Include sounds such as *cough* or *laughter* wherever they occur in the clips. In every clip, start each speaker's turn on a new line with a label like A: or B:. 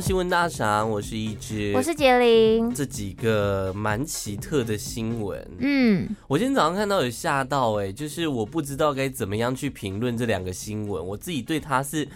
A: 新闻大赏，我是一只，
B: 我是杰林。
A: 这几个蛮奇特的新闻，
B: 嗯，
A: 我今天早上看到有吓到哎、就是我不知道该怎么样去评论这两个新闻，我自己对它是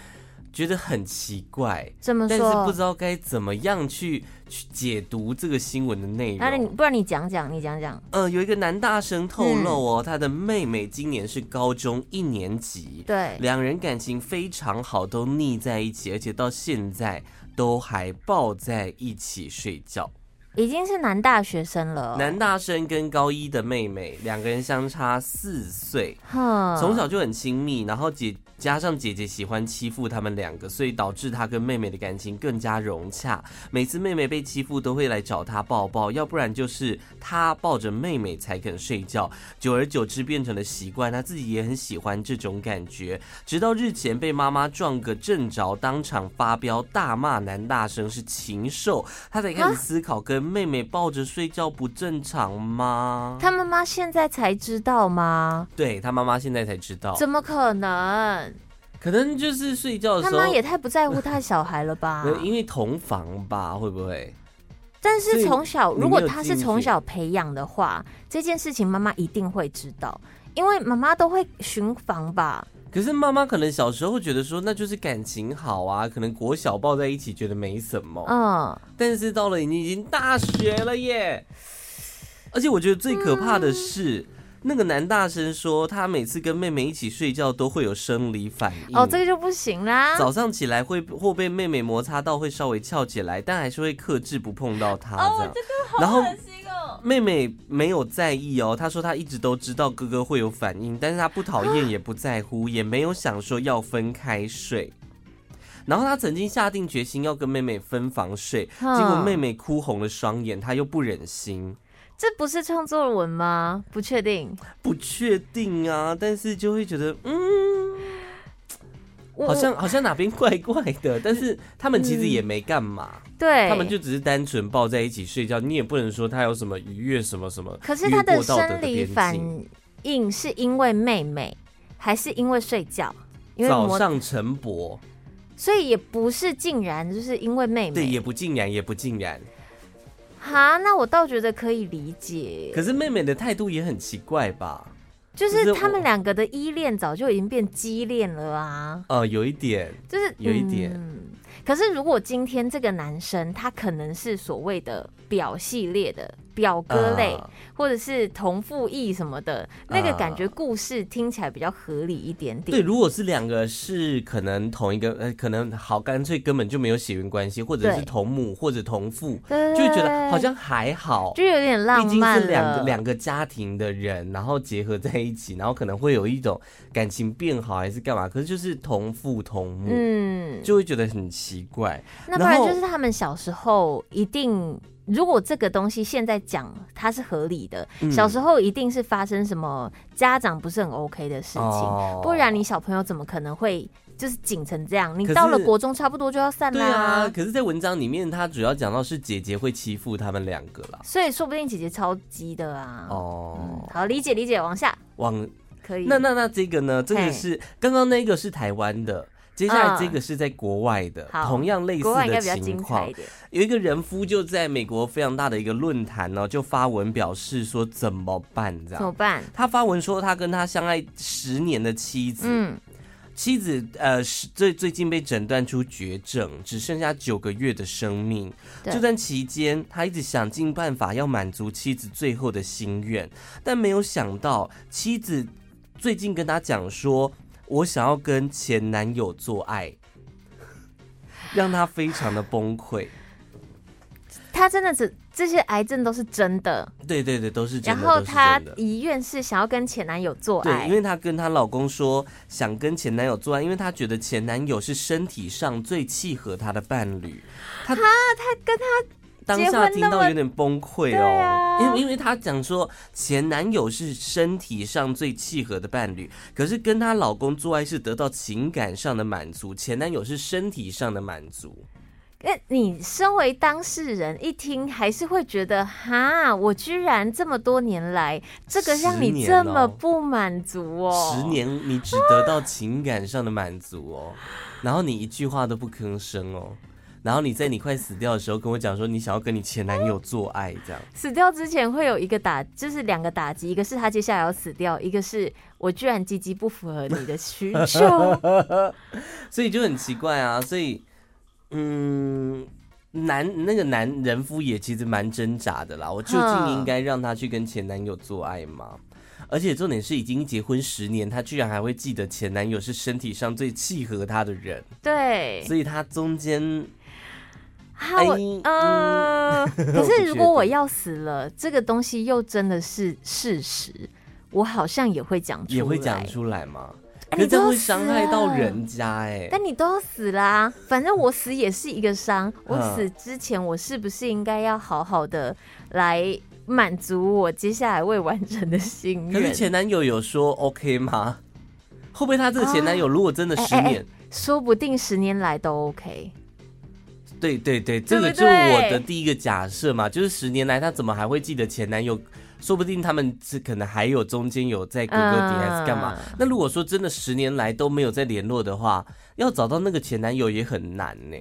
A: 觉得很奇怪，
B: 怎么
A: 但是不
B: 说
A: 知？道该怎么样去去解读这个新闻的内
B: 那你
A: 容。
B: 不然你讲讲，你讲讲。
A: 呃，有一个男大生透露
B: 嗯
A: 哦，他的妹妹今年是高中一年级，
B: 对，
A: 两人感情非常好，都腻在一起，而且到现在都还抱在一起睡觉。
B: 已经是男大学生了。
A: 男大生跟高一的妹妹两个人相差四岁，
B: 哼，
A: 从小就很亲密，然后姐加上姐姐喜欢欺负他们两个，所以导致他跟妹妹的感情更加融洽。每次妹妹被欺负都会来找他抱抱，要不然就是他抱着妹妹才肯睡觉。久而久之变成了习惯，他自己也很喜欢这种感觉。直到日前被妈妈撞个正着，当场发飙大骂男大生是禽兽，他才开始
B: 啊
A: 思考跟妹妹抱着睡觉不正常吗？
B: 他妈妈现在才知道吗？
A: 对他妈妈现在才知道，
B: 怎么可能？
A: 可能就是睡觉的
B: 他
A: 时候？
B: 妈。也啊太不在乎他小孩了吧
A: *laughs* 因为同房吧，会不会？
B: 但
A: 所以
B: 是从小，
A: 你没有
B: 如果他是
A: 进去
B: 从小培养的话，这件事情妈妈一定会知道，因为妈妈都会巡房吧。
A: 可是妈妈可能小时候觉得说那就是感情好啊，可能国小抱在一起觉得没什么，
B: 嗯，
A: 但是到了你已经大学了耶。而且我觉得最可怕的是，
B: 嗯
A: 那个男大生说他每次跟妹妹一起睡觉都会有生理反应。
B: 哦，这个就不行啦。
A: 早上起来会或被妹妹摩擦到，会稍微翘起来，但还是会克制不碰到她
B: 哦
A: 这样。然后妹妹没有在意哦，她说她一直都知道哥哥会有反应，但是她不讨厌，也不在乎，也没有想说要分开睡。然后她曾经下定决心要跟妹妹分房睡，
B: 嗯
A: 结果妹妹哭红了双眼，她又不忍心，
B: 这不是创作文吗？不确定。
A: 不确定啊，但是就会觉得嗯，
B: 我
A: 好像好像哪边怪怪的，但是他们其实也没干嘛。
B: 对，
A: 他们就只是单纯抱在一起睡觉，你也不能说他有什么愉悦什么什么。
B: 可是他
A: 越
B: 的
A: 过道德
B: 生理
A: 边
B: 反
A: 境
B: 应是因为妹妹，还是因为睡觉？因为
A: 早
B: 磨，
A: 上晨勃，
B: 所以也不是竟然就是因为妹
A: 对，
B: 妹。
A: 也不尽然，也不尽然。
B: 哈，那我倒觉得可以理解，
A: 可是妹妹的态度也很奇怪吧？
B: 就
A: 可是
B: 是他
A: 我
B: 们两个的依恋早就已经变畸恋了啊，
A: 呃，有一点，
B: 就是
A: 有一点
B: 嗯可是如果今天这个男生他可能是所谓的表系列的表哥类，
A: 啊
B: 或者是同父异什么的，那个感觉
A: 啊
B: 故事听起来比较合理一点点。
A: 对，如果是两个是可能同一个，呃，可能好，干脆根本就没有血缘关系，或者是
B: 对
A: 同母或者同父，
B: 对
A: 就会觉得好像还好。
B: 就有点浪
A: 毕竟
B: 漫
A: 是
B: 了。
A: 两个两个家庭的人，然后结合在一起，然后可能会有一种感情变好还是干嘛，可是就是同父同母，
B: 嗯，
A: 就会觉得很奇怪。
B: 那不然
A: 然后
B: 就是他们小时候一定，如果这个东西现在讲它是合理的，
A: 嗯
B: 小时候一定是发生什么家长不是很 OK 的事情，
A: 哦
B: 不然你小朋友怎么可能会就是紧成这样？你
A: 可是
B: 到了国中差不多就要散
A: 对
B: 啦、
A: 啊，可是，在文章里面，他主要讲到是姐姐会欺负他们两个啦。
B: 所以说不定姐姐超级的啊。嗯
A: 哦，
B: 好，理解理解，往下
A: 往
B: 可以。
A: 那那那这个呢？这个
B: 嘿
A: 是刚刚那个是台湾的。接下来这个是在国外的，
B: 嗯好
A: 同样类似
B: 国外应该
A: 的
B: 比较
A: 情
B: 精
A: 况
B: 彩一。点。
A: 有一个人夫就在美国非常大的一个论坛呢，就发文表示说怎么办这
B: 怎么
A: 样。
B: 办？
A: 他发文说他跟他相爱十年的妻子，
B: 嗯，
A: 妻子呃是最最近被诊断出绝症，只剩下九个月的生命。
B: 对
A: 这段期间，他一直想尽办法要满足妻子最后的心愿，但没有想到妻子最近跟他讲说：“我想要跟前男友做
B: *laughs*
A: 爱。”让他非常的崩溃。
B: 他真的只这些癌症都是真的，
A: 对对对，都是真
B: 然
A: 的。
B: 后
A: 都是
B: 她
A: 真的
B: 遗愿是想要跟前男友做
A: 对，
B: 爱
A: 因，为她跟她老公说想跟前男友做爱，因为她觉得前男友是身体上最契合她的伴侣。她她
B: 跟
A: 她当
B: 结
A: 下
B: 婚
A: 听
B: 那
A: 到
B: 么
A: 有点崩溃
B: 对
A: 哦，
B: 啊
A: 因为因为她讲说前男友是身体上最契合的伴侣，可是跟她老公做爱是得到情感上的满足，前男友是身体上的满足。
B: 那你身为当事人，一听还是会觉得，哈，我居然这么多年来，这个让
A: 十
B: 你
A: 年
B: 这么
A: 哦
B: 不满足哦，
A: 十，年你只得到情感上的满足哦，然后你一句话都不吭声哦，然后你在你快死掉的时候跟我讲说你想要跟你前男友做爱这样。
B: 死掉之前会有一个打，就是两个打击，一个是他接下来要死掉，一个是我居然鸡鸡不符合你
A: *laughs*
B: 的需求。
A: 所以就很奇怪啊，所以，嗯，男那个男人夫也其实蛮挣扎的啦。我究竟应该让他去跟前男友做爱吗？而且重点是，已经结婚十年，他居然还会记得前男友是身体上最契合他的人，
B: 对，
A: 所以他中间
B: 啊我
A: 哎嗯 *laughs*
B: 呃，可
A: 不确
B: 是如果我
A: 定
B: 要死了，这个东西又真的是事实，我好像也会讲出来，
A: 也会讲出来嘛。
B: 哎
A: 可是这样
B: 你都
A: 会伤害
B: 死
A: 到
B: 了
A: 人家哎、
B: 但你都要死啦、反正我死也是一个伤。我
A: 嗯
B: 死之前，我是不是应该要好好的来满足我接下来未完成的心
A: 可是
B: 愿？
A: 前男友有说 OK 吗？会不会他这个前男友如果真的
B: 哎
A: 十
B: 哎哎
A: 年，
B: 说不定十年来都 OK。
A: 对对对，
B: 对
A: 这
B: 不
A: 个就是我
B: 对
A: 的第一个假设嘛，就是十年来她怎么还会记得前男友？说不定他们这可能还有中间有在哥哥底还是干嘛？
B: 嗯
A: 那如果说真的十年来都没有再联络的话，要找到那个前男友也很难呢、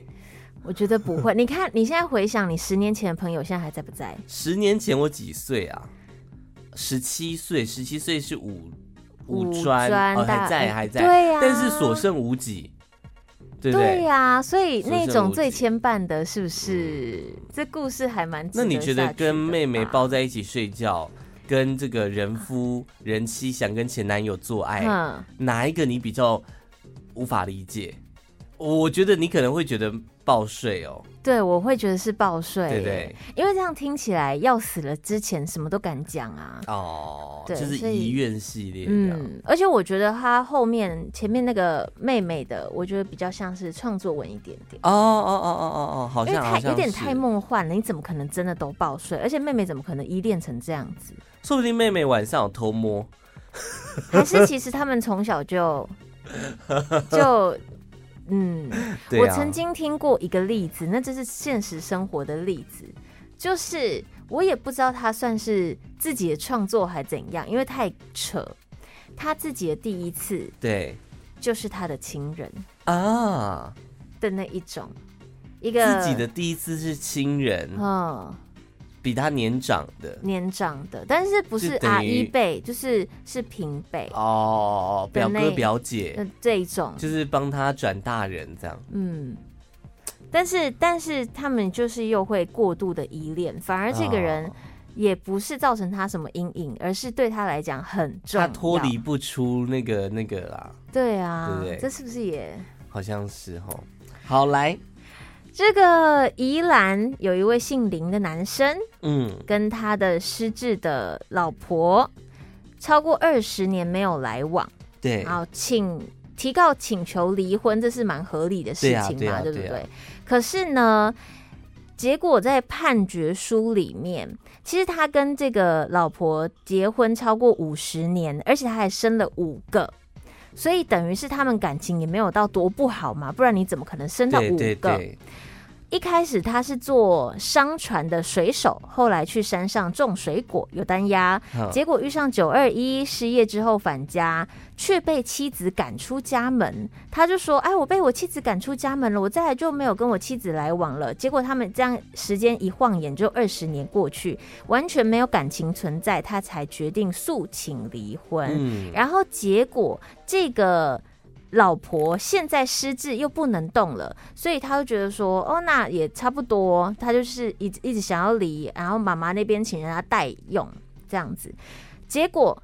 B: 我觉
A: *laughs*
B: 得不会。你看，你现在回想，你十年前的朋友现在还在不在？
A: 十年前我几岁啊？十七岁，十七岁是五
B: 五
A: 专，
B: 专
A: 哦
B: 大
A: 还在
B: 嗯
A: 还在，
B: 对呀
A: 但是所剩无几，对不对？
B: 呀、所以
A: 所
B: 那
A: 剩
B: 种
A: 无
B: 最
A: 几
B: 牵绊的，是不是？这故事还蛮值
A: 那你
B: 得
A: 觉
B: 下
A: 得
B: 去
A: 跟
B: 的
A: 妹妹
B: 吧
A: 抱在一起睡觉，跟这个人夫、人妻想跟前男友做爱，
B: 嗯，
A: 哪一个你比较无法理解？我觉得你可能会觉得报税哦，
B: 对，我会觉得是报税，
A: 对不对？
B: 因为这样听起来，要死了之前什么都敢讲啊。
A: 哦，
B: 对
A: 就是
B: 所以
A: 遗愿系列这样。
B: 嗯，而且我觉得他后面前面那个妹妹的，我觉得比较像是创作文一点点，
A: 哦哦哦哦哦哦，好
B: 因为
A: 像好
B: 太
A: 像
B: 有点
A: 是
B: 太梦幻了，你怎么可能真的都报税？而且妹妹怎么可能依恋成这样子？
A: 说不定妹妹晚上有偷摸，
B: 还是其实他们从小就就嗯，
A: *laughs* 对
B: 我
A: 啊
B: 曾经听过一个例子，那这是现实生活的例子，就是我也不知道他算是自己的创作还怎样，因为太扯。他自己的第一次
A: 对
B: 就是他的亲人
A: 啊，
B: 的那一种，一个
A: 自己的第一次是亲人，
B: 嗯
A: 比他年长的
B: 年长的，但是不是
A: 就等于
B: 阿姨辈，就是是平辈，
A: 哦，表
B: 的
A: 哥
B: 那嗯
A: 表姐，
B: 那这一种，
A: 就是帮他转大人这样。
B: 嗯，但是但是他们就是又会过度的依恋，反而这个人
A: 哦
B: 也不是造成他什么阴影，而是对他来讲很重
A: 他
B: 要。
A: 脱离不出那个那个啦，
B: 对啊，
A: 对不对
B: 这是不是也？
A: 好像是吼。好来，
B: 这个宜兰有一位姓林的男生，
A: 嗯，
B: 跟他的失智的老婆超过二十年没有来往，
A: 对，
B: 然后请提告请求离婚，这是蛮合理的事情嘛，
A: 对啊对啊
B: 不对？
A: 对啊
B: 可是呢，结果在判决书里面，其实他跟这个老婆结婚超过五十年，而且他还生了五个。所以等于是他们感情也没有到多不好嘛，不然你怎么可能生到
A: 对
B: 五个？
A: 对对，
B: 一开始他是做商船的水手，后来去山上种水果，有单压，
A: 好
B: 结果遇上九二一，失业之后返家，却被妻子赶出家门。他就说：“哎，我被我妻子赶出家门了，我再来就没有跟我妻子来往了。”结果他们这样时间一晃眼就二十年过去，完全没有感情存在，他才决定诉请离婚。
A: 嗯，
B: 然后结果这个老婆现在失智又不能动了，所以他就觉得说，哦，那也差不多，他就是一直一直想要离，然后妈妈那边请人家代用这样子，结果。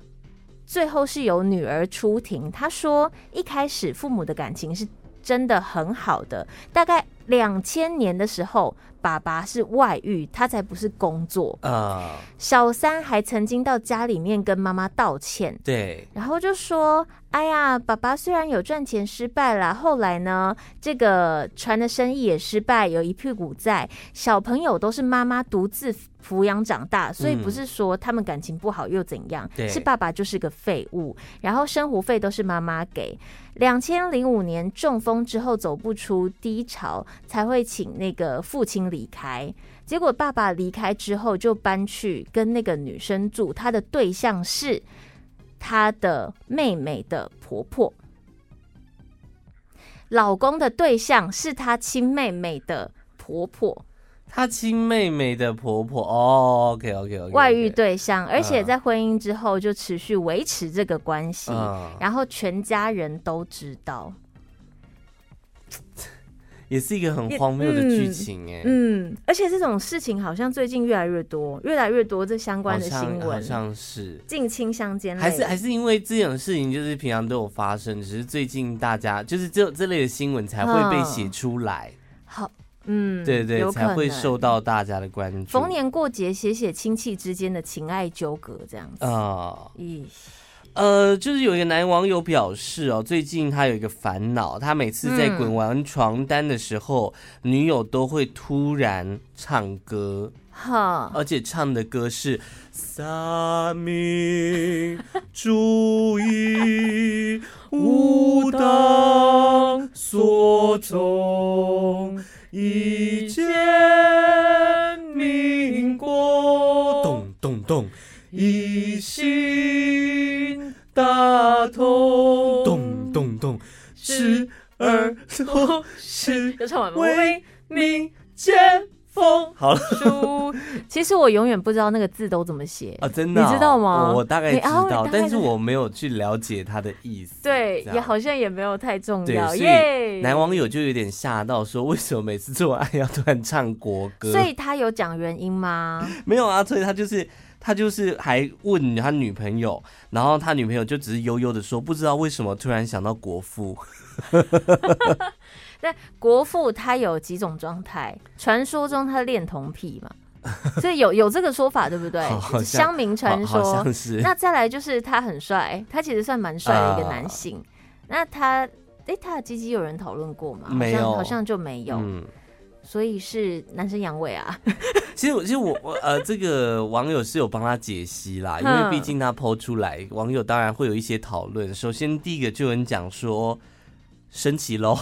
B: 最后是由女儿出庭，她说一开始父母的感情是真的很好的，大概两千年的时候，爸爸是外遇，他才不是工作。
A: 啊，
B: 小三还曾经到家里面跟妈妈道歉，
A: 对，
B: 然后就说：“哎呀，爸爸虽然有赚钱失败啦，后来呢，这个船的生意也失败，有一屁股债，小朋友都是妈妈独自抚养长大，所以
A: 嗯
B: 不是说他们感情不好又怎样，
A: 对
B: 是爸爸就是个废物，然后生活费都是妈妈给。两千零五年中风之后走不出低潮，才会请那个父亲离开。”结果爸爸离开之后就搬去跟那个女生住，他的对象是她的妹妹的婆婆，老公的对象是她亲妹妹的婆婆、
A: 她亲妹妹的婆婆哦，OK OK OK，
B: 外遇对象，而且在婚姻之后就持续维持这个关系，
A: 啊，
B: 然后全家人都知道。
A: 也是一个很荒谬的剧情哎、
B: 嗯，而且这种事情好像最近越来越多，越来越多这相关
A: 好
B: 的新
A: 像好
B: 闻，
A: 像是。
B: 近亲相奸类
A: 还是还是因为这种事情，就是平常都有发生，只是最近大家就是只有这类的新闻才会被写出来，
B: 好，嗯，
A: 对对，
B: 有可
A: 才
B: 能
A: 会受到大家的关注。
B: 逢年过节写写亲戚之间的情爱纠葛这样子。
A: 啊、
B: 咦，
A: 呃，就是有一个男网友表示哦，最近他有一个烦恼，他每次在
B: 嗯
A: 滚完床单的时候，女友都会突然唱歌，*laughs*
B: 哈，
A: 而且唱的歌是《三民主义无当所从，一见民国》，咚咚咚，一心大同，咚咚咚，十二所是
B: 有唱完吗？
A: 为民先锋。好了。
B: 书，其实我永远不知道那个字都怎么写。
A: 啊，真的啊、
B: 你知道吗
A: 我我大概
B: 你
A: 知
B: 啊
A: 道
B: 你大概，
A: 但
B: 知
A: 是
B: 道
A: 我没有去了解他的意思。
B: 对，
A: 这样
B: 也。好像也没有太重
A: 对，
B: 要
A: 所
B: 耶
A: 以。男网友就有点吓到，说为什么每次做完爱要突然唱国歌？
B: 所以他有讲原因吗？
A: *laughs* 没有啊，所以他就是他就是还问他女朋友，然后他女朋友就只是悠悠的说，不知道为什么突然想到国父。
B: 那国父他有几种状态？传说中他恋童癖嘛，所以有有这个说法，对不对
A: *laughs* 好好？像
B: 乡民传
A: 好好
B: 说。
A: 像是
B: 那再来就是他很帅，他其实算蛮帅的一个
A: 啊
B: 男性。那他，诶，他的鸡鸡有人讨论过吗？好像
A: 没有
B: 好像就没有。
A: 嗯，
B: 所以是男生阳痿
A: *laughs*
B: 啊。
A: 其实我其实我我呃，这个网友是有帮他解析啦，因为
B: 嗯
A: 毕竟他抛出来，网友当然会有一些讨论。首先第一个就有人讲说，升旗喽，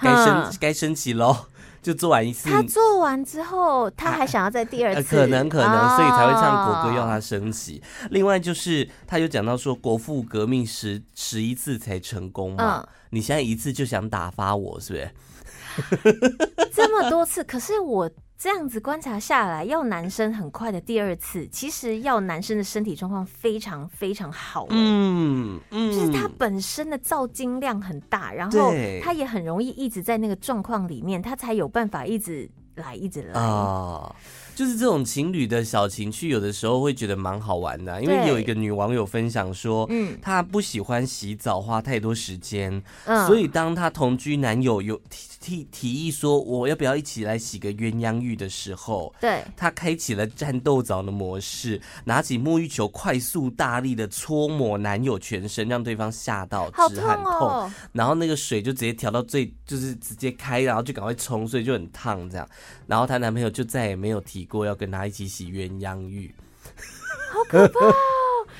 A: 该升
B: 哼
A: 该升旗喽，就做完一次。
B: 嗯他做完之后，他还想要再第二
A: 呃，
B: 次，
A: 可能可能，所以才会唱国歌要他
B: 哦。
A: 升旗。另外就是，他有讲到说，国父革命十十一次才成功嘛，
B: 嗯，
A: 你现在一次就想打发我，是不是？
B: *laughs* 这么多次，可是我这样子观察下来，要男生很快的第二次，其实要男生的身体状况非常非常好，嗯，
A: 嗯嗯，
B: 就是他本身的造精量很大，然后
A: 对
B: 他也很容易一直在那个状况里面，他才有办法一直来一直来。
A: 啊、
B: 哦
A: 就是这种情侣的小情趣，有的时候会觉得蛮好玩的啊、因为
B: 对
A: 有一个女网友分享说。
B: 嗯
A: 她不喜欢洗澡花太多时间，
B: 嗯，
A: 所以当她同居男友有提提提议说我要不要一起来洗个鸳鸯浴的时候，
B: 对，
A: 她开启了战斗澡的模式，拿起沐浴球快速大力的搓抹男友全身，让对方吓到
B: 好
A: 直
B: 痛
A: 喊痛，
B: 哦，
A: 然后那个水就直接调到最，就是直接开，然后就赶快冲，所以就很烫这样。然后她男朋友就再也没有提过要跟她一起洗鸳鸯浴，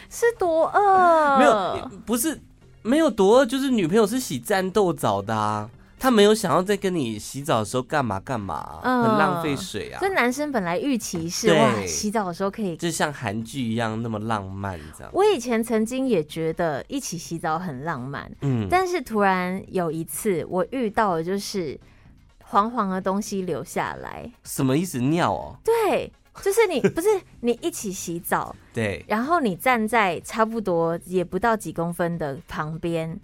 B: 是多饿，
A: 没有，不是没有多饿，就是女朋友是洗战斗澡的啊，她没有想要在跟你洗澡的时候干嘛干嘛啊，
B: 嗯
A: 很浪费水啊
B: *laughs* 所，以男生本来预期是
A: 对
B: 哇，洗澡的时候可以。
A: 就像韩剧一样那么浪漫这样。
B: 我以前曾经也觉得一起洗澡很浪漫，
A: 嗯，
B: 但是突然有一次我遇到的就是黄黄的东西流下来，
A: 什么意思？尿哦，
B: 对，就是你不是你一起洗澡，
A: 对，
B: 然后你站在差不多也不到几公分的旁边，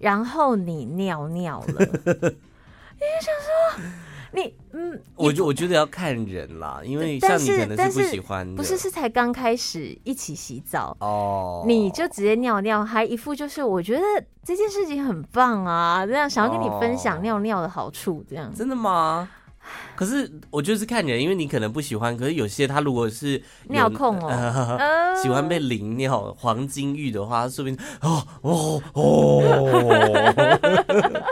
B: 然后你尿尿了，你就想说你嗯，
A: 我就我觉得要看人啦，因为像
B: 但
A: 你
B: 是
A: 可能
B: 但
A: 不
B: 是
A: 喜欢的，
B: 不是是才刚开始一起洗澡，
A: 哦，
B: 你就直接尿尿，还一副就是我觉得这件事情很棒啊，这样想要跟你分
A: 哦
B: 享尿尿的好处，这样。
A: 真的吗？可是我觉得是看人，因为你可能不喜欢，可是有些他如果是有
B: 尿控哦
A: 呃
B: 呃
A: 喜欢被淋尿黄金浴的话，说不定哦哦
B: *laughs*
A: 哦。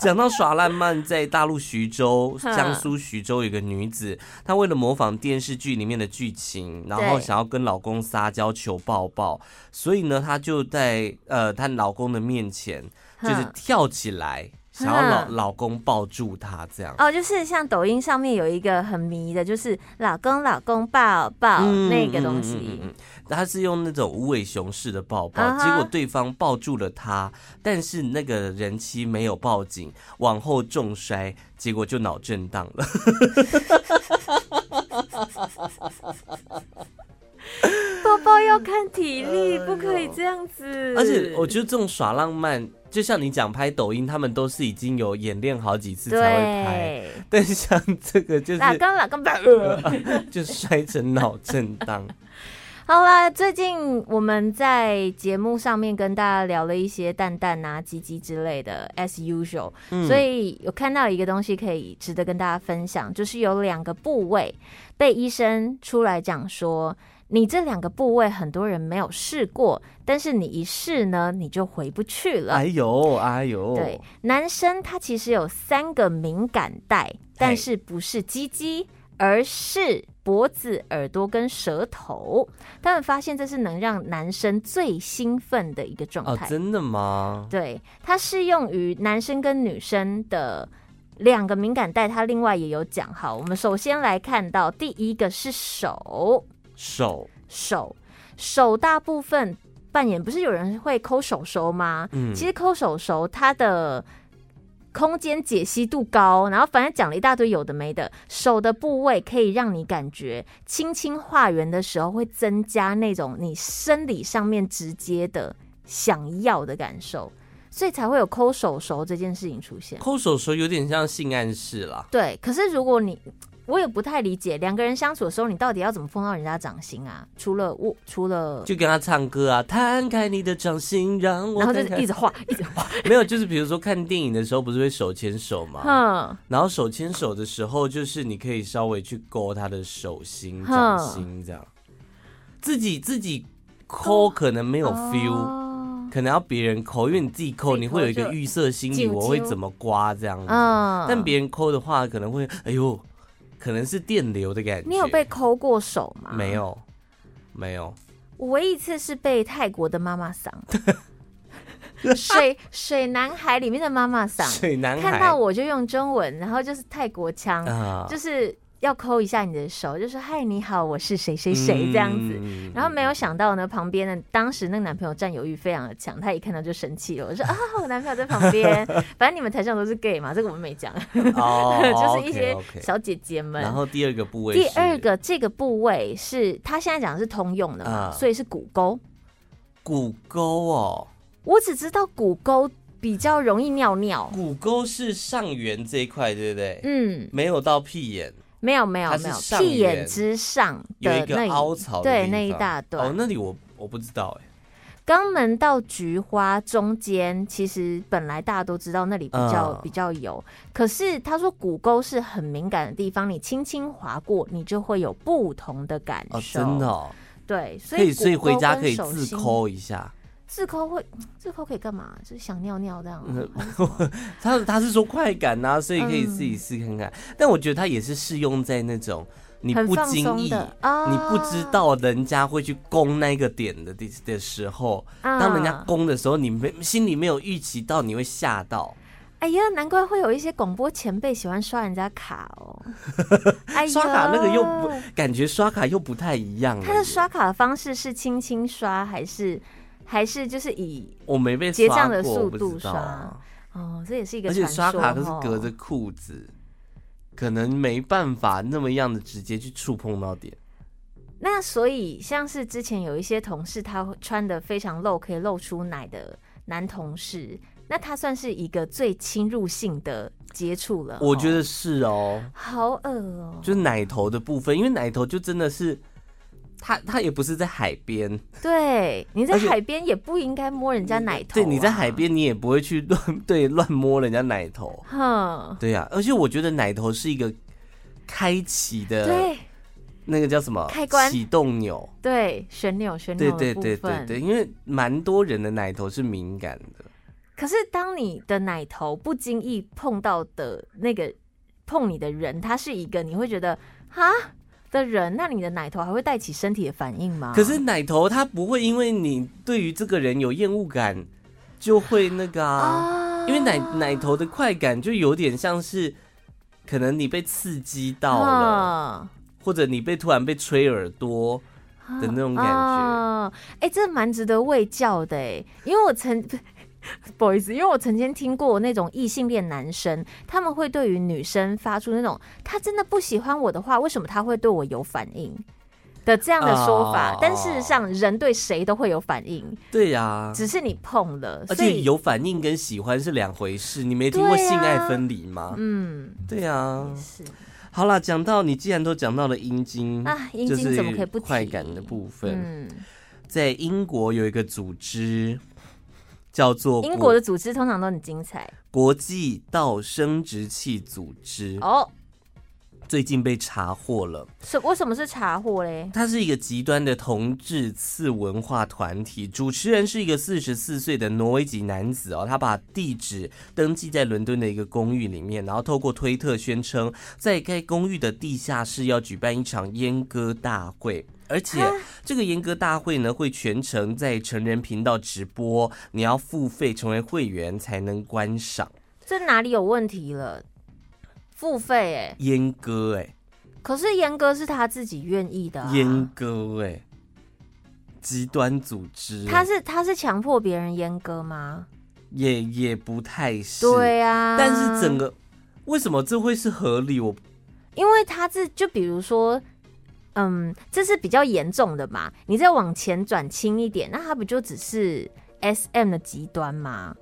A: 讲到耍浪漫，在大陆徐州，
B: 哼
A: 江苏徐州有个女子，她为了模仿电视剧里面的剧情，然后
B: 对
A: 想要跟老公撒娇求抱抱，所以呢，她就在呃她老公的面前就是
B: 哼
A: 跳起来。想要老
B: 啊
A: 老公抱住她这样。
B: 哦，就是像抖音上面有一个很迷的，就是老公老公抱抱、
A: 嗯
B: 那个东西，
A: 嗯他是用那种无尾熊式的抱抱
B: 啊哈
A: 结果对方抱住了他，但是那个人妻没有报警，往后重摔，结果就脑震荡了。
B: 抱抱要看体力，不可以这样子。
A: *laughs* 而且我觉得这种耍浪漫，就像你讲拍抖音，他们都是已经有演练好几次才会拍，
B: 对，
A: *laughs* 但像这个就是
B: 老公老公抱。呃
A: *laughs* 就摔成脑震
B: *laughs*
A: 荡。
B: 好啦，最近我们在节目上面跟大家聊了一些蛋蛋啊、鸡鸡之类的，as usual，、
A: 嗯
B: 所以有看到一个东西可以值得跟大家分享，就是有两个部位被医生出来讲说，你这两个部位很多人没有试过，但是你一试呢，你就回不去了。
A: 哎呦哎呦，
B: 对，男生他其实有三个敏感带，但是不是鸡鸡，而是脖子、耳朵跟舌头。他们发现这是能让男生最兴奋的一个状
A: 哦，
B: 态。
A: 真的吗？
B: 对，它适用于男生跟女生的。两个敏感带，它另外也有讲。好，我们首先来看到第一个是手，
A: 手，
B: 手，手大部分扮演不是有人会抠手手吗？
A: 嗯
B: 其实抠手手它的空间解析度高，然后反正讲了一大堆有的没的，手的部位可以让你感觉轻轻画圆的时候会增加那种你生理上面直接的想要的感受，所以才会有抠手手这件事情出现。
A: 抠手手有点像性暗示啦。
B: 对，可是如果你我也不太理解，两个人相处的时候，你到底要怎么碰到人家掌心啊？除了我，除了
A: 就跟他唱歌啊，摊开你的掌心，让我
B: 然后就
A: 摊
B: 是
A: 开
B: 一直画，一直画。
A: 没有，就是比如说看电影的时候，不是会手牵手吗？
B: 哼，
A: 然后手牵手的时候，就是你可以稍微去勾他的手心、掌心这样，自己自己抠可能没有 feel，
B: 哦
A: 可能要别人抠，因为你自己抠，
B: 自己抠
A: 你会有一个预设心理，
B: 就
A: 我会怎么刮这样子。
B: 嗯
A: 但别人抠的话，可能会哎呦，可能是电流的感觉。
B: 你有被抠过手吗？
A: 没，有？没有。
B: 我唯一一次是被泰国的妈
A: *laughs*
B: 妈桑，水水男孩里面的妈妈桑，
A: *laughs* 水男孩
B: 看到我就用中文，然后就是泰国腔，
A: 啊，
B: 就是要抠一下你的手，就说嗨你好，我是谁谁谁这样子。
A: 嗯
B: 然后
A: *laughs*
B: 没有 *laughs* 想到呢，旁边的当时那个男朋友占有欲非常的强，他一看到就生气了。我说
A: *laughs*
B: 啊，我男朋友在旁边，反正你们台上都是 gay 嘛，这个我们没讲。
A: 哦
B: *laughs* 就是一些
A: OK，OK
B: 小姐姐们。
A: 然后第二个部位，
B: 第二个这个部位是他现在讲的是通用的嘛，
A: 啊
B: 所以是骨沟。
A: 骨沟哦，
B: 我只知道骨沟比较容易尿尿。
A: 骨沟是上缘这一块，对不对？
B: 嗯，
A: 没有到屁眼，
B: 没有没有
A: 它是
B: 没有，
A: 上缘
B: 屁眼之上
A: 有
B: 的
A: 一
B: 那
A: 个
B: 一
A: 凹槽的地
B: 对
A: 方
B: 那一大段
A: 哦，那里我我不知道哎，
B: 肛门到菊花中间，其实本来大家都知道那里比较、
A: 嗯
B: 比较油，可是他说骨沟是很敏感的地方，你轻轻划过，你就会有不同的感
A: 哦，
B: 受。
A: 真的哦，
B: 对，所
A: 可以，
B: 以
A: 所以
B: 骨沟
A: 回家
B: 跟
A: 可以
B: 手
A: 自
B: 心
A: 抠一下。
B: 自抠会自抠可以干嘛？就是想尿尿这样啊吗。
A: 嗯他他是说快感呐、所以可以自己试看看。但我觉得他也是适用在那种你
B: 很
A: 不
B: 放
A: 经
B: 松
A: 意
B: 的啊
A: 你不知道人家会去攻那个点的地的时候，
B: 啊
A: 当人家攻的时候，你没心里没有预期到，你会吓到。
B: 哎呀，难怪会有一些广播前辈喜欢刷人家卡
A: *laughs*
B: 哦。哎呀
A: 刷卡那个又不感觉刷卡又不太一样了耶。
B: 他的刷卡的方式是轻轻刷，还是还是就是以
A: 我没被
B: 结
A: 刷
B: 账
A: 过，
B: 的
A: 我
B: 速
A: 不
B: 度
A: 知道
B: 刷
A: 啊。
B: 哦，这也是一个
A: 而且
B: 传说
A: 刷卡都是
B: 哦
A: 隔着裤子，可能没办法那么样的直接去触碰到点。
B: 那所以像是之前有一些同事，他会穿的非常露，可以露出奶的男同事，那他算是一个最侵入性的接触了哦。
A: 我觉得是哦。
B: 好恶哦、
A: 就是奶头的部分，因为奶头就真的是，它它也不是在海边，
B: 对，你在
A: 而且
B: 海边也不应该摸人家奶头、啊。
A: 对，你在海，边你也不会去乱对乱摸人家奶头，
B: 哼，
A: 对呀、而且我觉得奶头是一个开启的
B: 对
A: 那个叫什么
B: 开关
A: 启动钮，
B: 对，旋钮旋
A: 对
B: 钮的
A: 对
B: 部
A: 对对
B: 分
A: 对，因为蛮多人的奶头是敏感的，
B: 可是当你的奶头不经意碰到的那个碰你的人，他是一个你会觉得哈的人，那你的奶头还会带起身体的反应吗？
A: 可是奶头它不会因为你对于这个人有厌恶感就会那个啊。
B: 啊。
A: 因为奶奶头的快感就有点像是，可能你被刺激到了，
B: 嗯
A: 或者你被突然被吹耳朵的那种感觉。
B: 哦，哎、这蛮值得喂教的哎，因为我曾。 *laughs* 不好意思，因为我曾经听过那种异性恋男生，他们会对于女生发出那种“他真的不喜欢我的话，为什么他会对我有反应”的这样的说法。
A: 哦
B: 但事实上，人对谁都会有反应，
A: 对呀、
B: 只是你碰了，
A: 啊而
B: 所
A: 且
B: 以
A: 有反应跟喜欢是两回事。你没听过
B: 对啊
A: 性爱分离吗？
B: 嗯
A: 对呀、
B: 是
A: 好啦，讲到你既然都讲到了阴茎
B: 啊阴
A: 就
B: 茎
A: 是
B: 怎么可以不提
A: 快感的部分？
B: 嗯，
A: 在英国有一个组织叫做
B: 英国的组织通常都很精彩
A: 国际道生殖器组织，
B: 哦。
A: 最近被查获了。
B: 什为什么是查获嘞？
A: 它是一个极端的同志次文化团体，主持人是一个四十四岁的挪威籍男子哦，他把地址登记在伦敦的一个公寓里面，然后透过推特宣称，在该公寓的地下室要举办一场阉割大会。而且这个阉割大会呢，会全程在成人频道直播，你要付费成为会员才能观赏
B: 这哪里有问题了？付费哎、
A: 阉割、欸，
B: 可是严格是他自己愿意的、
A: 哎、
B: 啊，
A: 阉割、欸，哎，极端组织、欸，
B: 他是他是强迫别人阉割吗？
A: 也也不太是，
B: 对啊，
A: 但是整个为什么这会是合理？我
B: 因为他是就比如说，嗯，这是比较严重的嘛，你再往前转轻一点，那他不就只是 S M 的极端吗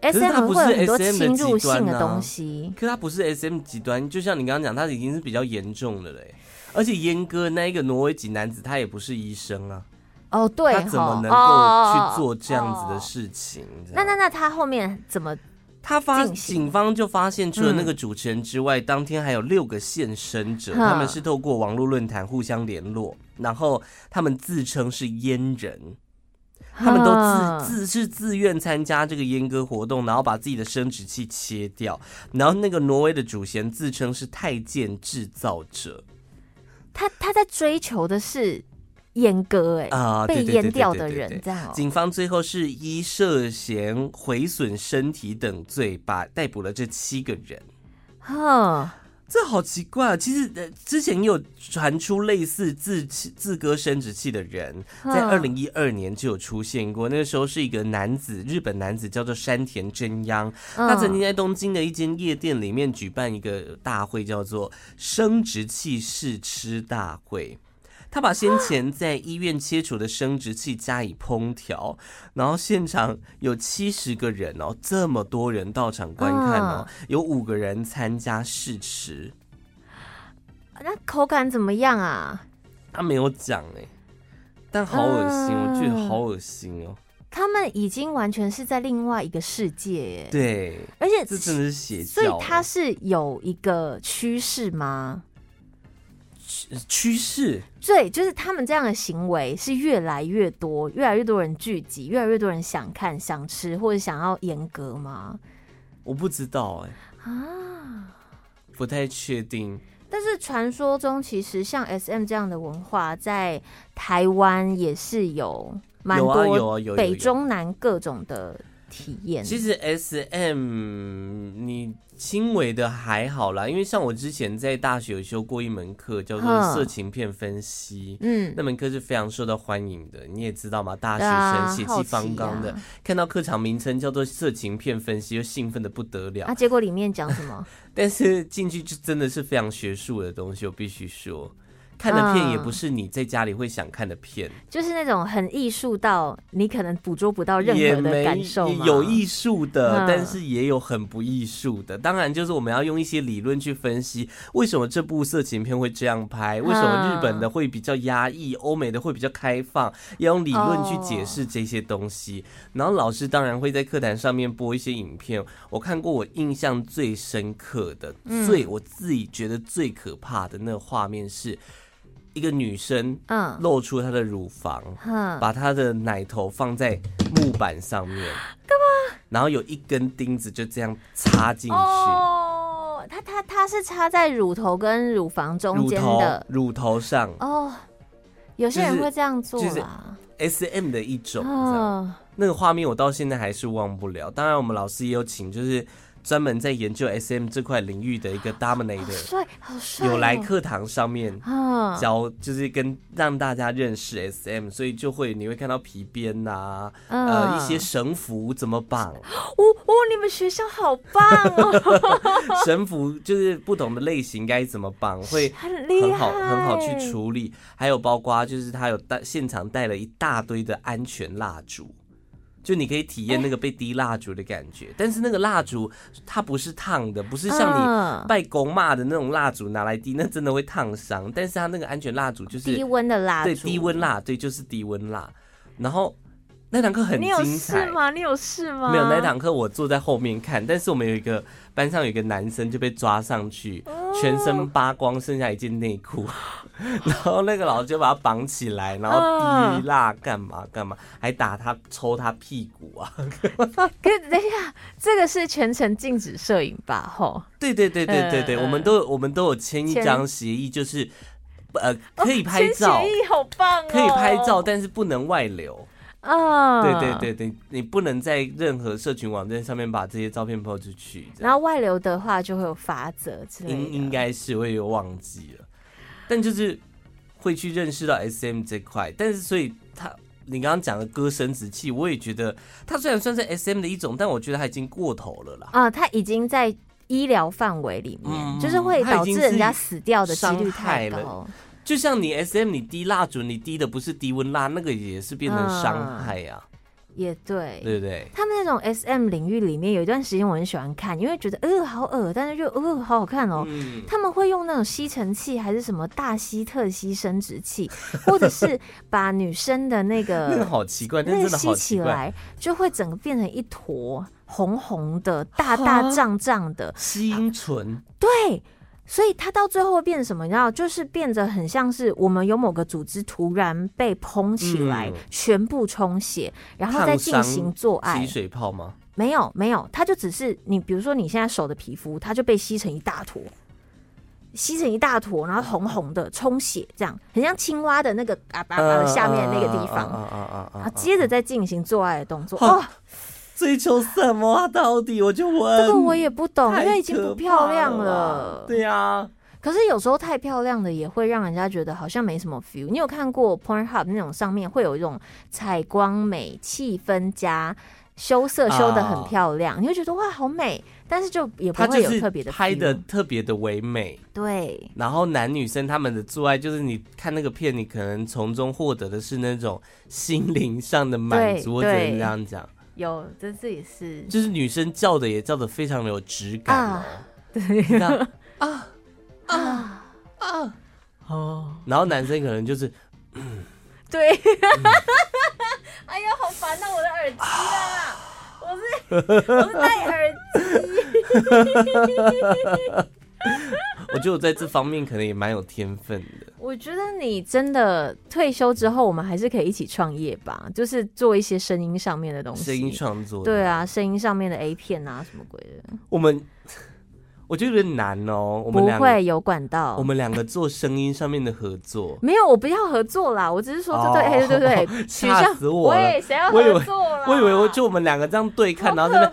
B: ？S
A: 是它
B: M
A: 不
B: 会
A: 是
B: 有很多
A: SM 的
B: 侵入
A: 极端
B: 性的
A: 啊
B: 东西，
A: 可它不是 S M 极端，就像你刚刚讲，它已经是比较严重的嘞。而且阉割那一个挪威籍男子，他也不是医生啊，
B: 哦对
A: 他
B: 吼，
A: 怎么能
B: 哦
A: 够去做这样子的？
B: 哦哦哦
A: 事啊情？这样
B: 那那那他后面怎么？
A: 他发
B: 进行嗯
A: 警方就发现，除了那个主持人之外，当天还有六个现身者，
B: 哼
A: 他们是透过网络论坛互相联络，然后他们自称是阉人，他们都
B: 哼
A: 自自是自愿参加这个阉割活动，然后把自己的生殖器切掉，然后那个挪威的主嫌自称是太监制造者
B: 他他在追求的是阉割、哎、
A: 啊，对
B: 被
A: 对对
B: 阉
A: 对
B: 掉
A: 对
B: 的
A: 对
B: 人
A: 对
B: 这样、哦。
A: 警方最后是依涉嫌毁损身体等罪，把逮捕了这七个人。
B: 哼，
A: 这好奇怪啊！其实呃，之前也有传出类似自弃自割生殖器的人，在
B: 嗯
A: 二零一二年就有出现过。那个时候是一个男子，日本男子叫做山田真央，
B: 嗯
A: 他曾经在东京的一间夜店里面举办一个大会，叫做生殖器试吃大会。他把先前在医院切除的生殖器加以烹调，然后现场有七十个人哦，这么多人到场观看哦，
B: 嗯
A: 有五个人参加试吃，
B: 那口感怎么样啊？
A: 他没有讲哎、但好恶心，
B: 嗯
A: 我觉得好恶心哦。
B: 他们已经完全是在另外一个世界耶，
A: 对，
B: 而且
A: 这真的是邪教
B: 所
A: 哎。
B: 以它是有一个趋势吗？
A: 趋势，
B: 对，就是他们这样的行为是越来越多，越来越多人聚集，越来越多人想看、想吃或者想要严格吗？
A: 我不知道哎、
B: 啊！
A: 不太确定。
B: 但是传说中，其实像 S M 这样的文化，在台湾也是有蛮
A: 有
B: 多
A: 啊有啊有有有
B: 北中南各种的体验。
A: 其实 S M 你轻微的还好啦，因为像我之前在大学有修过一门课叫做
B: 嗯
A: 色情片分析。
B: 嗯，
A: 那门课是非常受到欢迎的，你也知道嘛，大
B: 对啊
A: 学生血
B: 好
A: 气
B: 奇
A: 方刚的，
B: 啊
A: 看到课场名称叫做色情片分析，就兴奋的不得了。
B: 啊，结果里面讲什
A: *laughs*
B: 么？
A: 但是进去就真的是非常学术的东西，我必须说，看的片也
B: 嗯
A: 不是你在家里会想看的片，
B: 就是那种很艺术到你可能捕捉不到任
A: 也
B: 何的
A: 没
B: 感受吗
A: 有艺术的，
B: 嗯
A: 但是也有很不艺术的。当然，就是我们要用一些理论去分析，为什么这部色情片会这样拍，为什么日
B: 嗯
A: 本的会比较压抑，欧美的会比较开放，要用理论去解
B: 哦
A: 释这些东西。然后老师当然会在课堂上面播一些影片，我看过我印象最深刻的、
B: 嗯
A: 最我自己觉得最可怕的那个画面是。一个女生
B: 嗯
A: 露出她的乳房，
B: 哼，
A: 把他的奶头放在木板上
B: *gasps*
A: 面，干嘛？然后有一根钉子就这样插进去，
B: 哦，它它它是插在乳头跟乳房中
A: 乳
B: 间
A: 头
B: 的
A: 乳头上，
B: 哦。有些
A: 就
B: 人
A: 是
B: 会这样做
A: 就是
B: 啦，
A: S M 的一种，你知道吗？
B: 哦，
A: 那个画面我到现在还是忘不了。当然，我们老师也有请，就是专门在研究 S M 这块领域的一个 dominator，
B: 帅，好帅、哦，
A: 有来课堂上面
B: 啊，
A: 教，就是跟让大家认识 S M，所以就会你会看到皮鞭呐、
B: 嗯
A: 呃，一些绳服怎么绑，
B: 哦哦，你们学校好棒
A: *laughs*
B: 哦，
A: 绳服就是不同的类型该怎么绑，会
B: 很厉
A: 很
B: 害，
A: 好很好去处理。还有包括就是他有带现场带了一大堆的安全蜡烛，就你可以体验那个被滴蜡烛的感觉。但是那个蜡烛它不是烫的，不是像
B: 嗯
A: 你拜公骂的那种蜡烛拿来滴，那真的会烫伤。但是它那个安全蜡烛就是
B: 低温的蜡烛，
A: 对低温蜡，对就是低温蜡。然后那堂课很
B: 你有
A: 精
B: 事
A: 彩。
B: 吗？你有事吗？
A: 没有那堂课，我坐在后面看，但是我们有一个班上有一个男生就被抓上去，
B: 哦
A: 全身扒光，剩下一件内裤，
B: *laughs*
A: 然后那个老师就把他绑起来，然
B: 啊
A: 后滴蜡干嘛干嘛，还打他抽他屁股啊！
B: *laughs*
A: *laughs*
B: 可是等一下，这个是全程禁止摄影吧？吼，
A: 对对对对对对，
B: 嗯嗯
A: 我们都有我们都有签一张协议，就是呃可
B: 哦
A: 以拍照
B: 千，玺好棒、哦，
A: 可以拍照，，但是不能外流。
B: 啊，
A: 对对。对对，你不能在任何社群网站上面把这些照片抛出去。这样
B: 然后外流的话就会有罚则之类的，
A: 应应该是我也忘记了，但就是会去认识到 S M 这块，但是所以他你刚刚讲的歌声子气，我也觉得它虽然算是 S M 的一种，但我觉得它已经过头了啦，
B: 啊，他已经在医疗范围里面，
A: 嗯
B: 就是会
A: 它已
B: 导致
A: 经
B: 人家
A: 是
B: 死掉的几率
A: 伤
B: 太
A: 害了
B: 高。
A: 就像你 S M 你滴蜡烛，你滴的不是低温蜡，那个也是变成伤害呀、
B: 啊哎也对，
A: 对不对？
B: 他们那种 S M 领域里面，有一段时间我很喜欢看，因为觉得呃好恶，但是就呃好好看哦。
A: 嗯，
B: 他们会用那种吸尘器，还是什么大吸特吸生殖器，或者是把女生的那
A: *laughs* 那个
B: 个
A: 好奇怪，但
B: 那个
A: 真的
B: 吸
A: 好奇
B: 起
A: 怪，
B: 来，就会整个变成一坨红红的、大大
A: 啊
B: 胀胀的。
A: 吸音唇，
B: 对，所以它到最后会变成什么？你知道，就是变得很像是我们有某个组织突然被膨起来，
A: 嗯
B: 全部充血，然后
A: 烫
B: 再进
A: 伤
B: 行做
A: 起
B: 爱。
A: 水泡吗？
B: 没有，没有，它就只是你，比如说你现在手的皮肤，它就被吸成一大坨，吸成一大坨，然后红红的充血，这样很像青蛙的那个啊吧吧的下面那个地
A: 啊
B: 方。
A: 啊啊啊啊
B: 然
A: 啊
B: 后！接着再进行做爱的动作，
A: 啊
B: 哦，
A: 追求什么啊？到底我就问，
B: 这个我也不懂，因哦为已经
A: 嗯太
B: 不
A: 可
B: 漂
A: 怕
B: 亮
A: 了
B: 了
A: 吧。对啊，
B: 可是有时候太漂亮的也会让人家觉得好像没什么 feel。你有看过 Pornhub 那种上面会有一种采光美、气氛加修色修的很漂亮，你会觉得哇好美，但是就也不
A: 他
B: 会
A: 啊就
B: 有
A: 是
B: 特别的 feel,
A: 拍的特别的唯美。
B: 对
A: 然后男女生他们的做爱，就是你看那个片，你可能从中获得的是那种心灵上的满足，我
B: 对
A: 只能这
B: 对
A: 样讲。
B: 有，这这也是
A: 就是女生叫的也叫的非常的有质感哦
B: 啊， *laughs*
A: 你知道
B: 啊
A: 哦。然后男生可能就是
B: 对，
A: 嗯
B: *laughs* 哎呀好烦啊我的耳机啦，
A: *laughs*
B: 我是我是戴耳机，
A: 我觉得我在这方面可能也蛮有天分的。
B: 我觉得你真的退休之后，我们还是可以一起创业吧，就是做一些声音上面的东西。
A: 声音创作，
B: 对，啊，声音上面的 A 片啊，什么鬼的，
A: 我们 *laughs* 我觉得有点难哦。我们
B: 不
A: 两个，
B: 会有管道。
A: 我们两个做声音上面的合作，
B: 没有，我不要合作啦，我只是说这对，
A: 哦
B: 哎、对
A: *laughs*
B: 对对，取
A: 吓
B: 消。
A: 死我了
B: 喂，谁要
A: 我以为
B: 合作啦？
A: 我以为我就我们两个这样对看，然后这边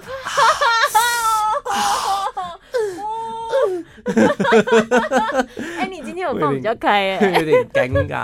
B: 哎、你今天有放比较
A: *laughs*
B: 开哎、
A: 会有点尴尬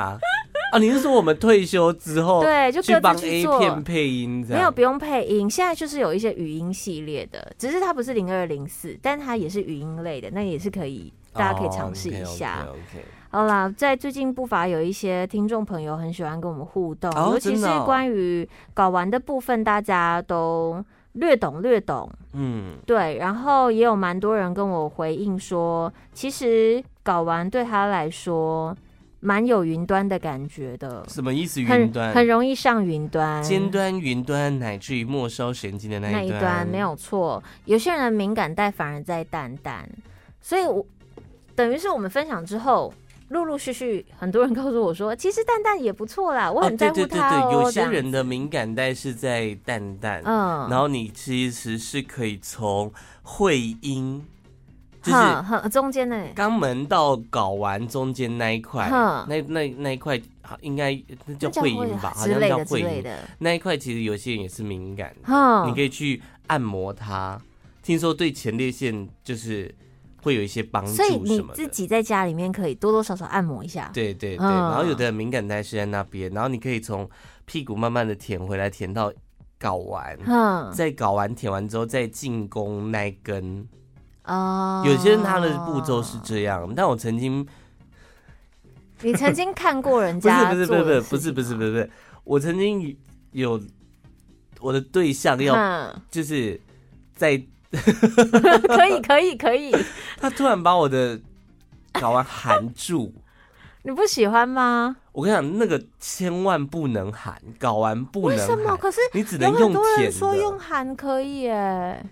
A: 啊！你是说我们退休之后，
B: 对就各自
A: 去帮
B: 去
A: A
B: 做
A: 片配音这
B: 没有，
A: 样？
B: 不用配音。现在就是有一些语音系列的，只是它不是零二零四，但它也是语音类的，那也是可以，大
A: 哦
B: 家可以尝试一下。
A: o k
B: 好啦，在最近不乏有一些听众朋友很喜欢跟我们互动，
A: 哦
B: 尤其
A: 真
B: 是
A: 的哦
B: 关于睾丸的部分，大家都略懂略懂。
A: 嗯，
B: 对，然后也有蛮多人跟我回应说，其实睾丸对他来说蛮有云端的感觉的，
A: 什么意思？云
B: 很
A: 端、
B: 很容易上云端。
A: 尖端、云端，乃至于末梢神经的那
B: 那
A: 一
B: 一端没有错，有些人的敏感带反而在淡淡，所以我等于是我们分享之后，陆陆续续很多人告诉我说，其实淡淡也不错啦，我
A: 哦，
B: 很
A: 对
B: 在乎
A: 对对
B: 他
A: 对，
B: 哦。
A: 有
B: 这
A: 些
B: 样
A: 人的敏感带是在淡淡，
B: 嗯，
A: 然后你其实是可以从会阴，就是
B: 哼哼中间呢，
A: 肛门到睾丸中间那一块
B: 哼，
A: 那那那一块啊应该那叫
B: 嗯那
A: 会阴吧，好
B: 之
A: 像
B: 类
A: 叫
B: 的之
A: 会
B: 类
A: 阴。
B: 的，嗯
A: 那一块其实有些人也是敏感的，你
B: 哼
A: 可，以去按摩它。听说对前列腺就是会有一些帮助
B: 所以你
A: 什么
B: 自
A: 的。
B: 己在家里面可以多多少少按摩一下，
A: 对对对，
B: 嗯
A: 然后有的敏感带是在那边，然后你可以从屁股慢慢的舔回来，舔到睾丸，
B: 哼，
A: 再睾丸舔完之后再进攻那一根。
B: 哦，
A: 有些人他的步骤是，这样，但我曾经
B: 你曾经看过人
A: *laughs* 不是
B: 家
A: 不是不
B: 做
A: 是不
B: 的
A: 是不是不是
B: 事情
A: 不
B: 吗，
A: 是，我曾经有我的对象要
B: 嗯，
A: 就是在
B: *laughs* 可以可以可以，
A: 他突然把我的睾丸含住。
B: 你不喜欢吗？
A: 我跟你讲，那个千万不能含，睾丸不
B: 为
A: 能
B: 什么？
A: 含，
B: 可是
A: 你只
B: 有
A: 能
B: 很
A: 用
B: 多
A: 舔
B: 人
A: 的。啊
B: 说用含可以耶，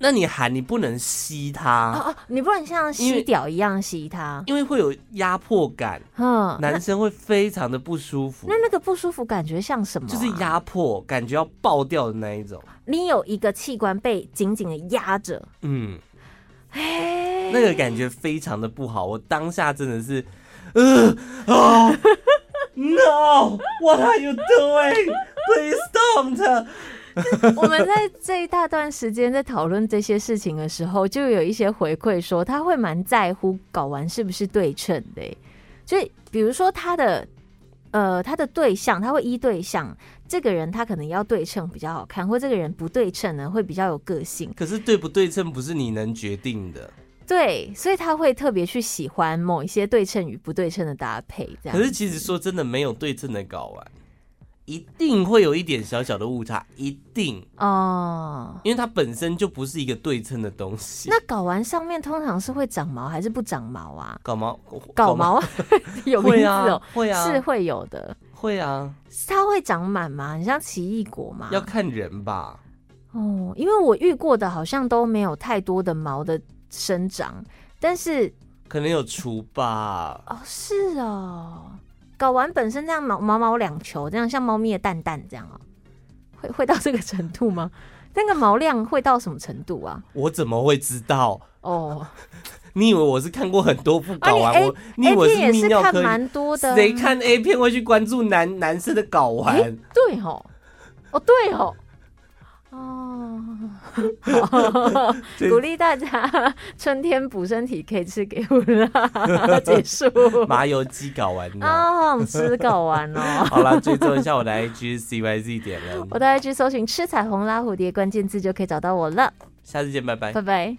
A: 那你喊你不能吸
B: 哦
A: 它，
B: 哦，你不能像
A: 因为
B: 吸屌一样吸它，
A: 因为会有压迫感，
B: 哼，哦那
A: 男生会非常的不舒服
B: 那，那个不舒服感觉像什么啊？
A: 就是压迫，感觉要爆掉的那一种。
B: 你有一个器官被紧紧的压着，
A: 嗯，
B: 哎，
A: 那个感觉非常的不好，我当下真的是，呃哦，no，what are you doing？Please don't！
B: *laughs* 我们在这一大段时间在讨论这些事情的时候，就有一些回馈说他会蛮在乎睾丸是不是对称的欸、所以比如说他的呃他的对象，他会依对象，这个人他可能要对称比较好看，或这个人不对称呢会比较有个性，
A: 可是对不对称不是你能决定的，
B: 对，所以他会特别去喜欢某一些对称与不对称的搭配，这样。
A: 可是其实说真的，没有对称的睾丸，一定会有一点小小的误差，一定。
B: 哦。
A: 因为它本身就不是一个对称的东西。
B: 那睾丸上面通常是会长毛还是不长毛啊？
A: *laughs* 搞毛
B: 搞毛 *laughs* 有名
A: 会
B: 字
A: 啊
B: 哦，，
A: 会啊，
B: 是会有的。
A: 会啊，
B: 它会长满吗？很像奇异果吗？
A: 要看人吧。
B: 哦，因为我遇过的好像都没有太多的毛的生长，但是
A: 可能有除吧，
B: 哦是哦，睾丸本身这样毛毛毛两球，这样像猫咪的蛋蛋这样哦，会会到这个程度吗？ *laughs* 那个毛量会到什么程度啊？
A: 我怎么会知道？
B: 哦，
A: 你以为我是看过很多部睾丸？
B: 啊你 A-
A: 我 *laughs* 你以为
B: A 片也
A: 泌
B: 是
A: 尿
B: 看
A: 科医？
B: 蛮多的啊、
A: 谁看 A 片会去关注男男生的睾
B: 哎
A: 丸？
B: 对哦，哦对哦，哦，好
A: 这
B: 鼓励大家春天补身体可以吃给我 *laughs* 啦，结束。
A: 麻油鸡睾丸呢？
B: 啊，我们吃睾丸哦。
A: 好啦，追踪一下我的 IG CYZ 点
B: *laughs*
A: 了，
B: 我到 IG 搜寻“吃彩虹拉蝴蝶”关键字就可以找到我了，哎
A: 下次见，拜拜。
B: 拜拜。